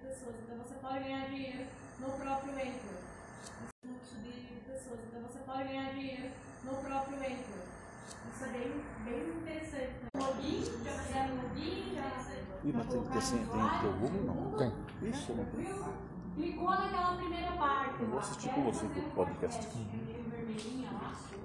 pessoas, então você pode ganhar dinheiro no próprio Anchor. Esse fluxo de pessoas, então você pode ganhar dinheiro no próprio Anchor. Isso é bem, bem interessante. né? Login, já fizeram login, já. Ih, mas tem que ter senha, tem que ter o Google, não? Tem. Ixi, não tem. Clicou naquela primeira parte. Eu vou assistir com você Quero fazer pro podcast. um podcast. Vermelhinha lá.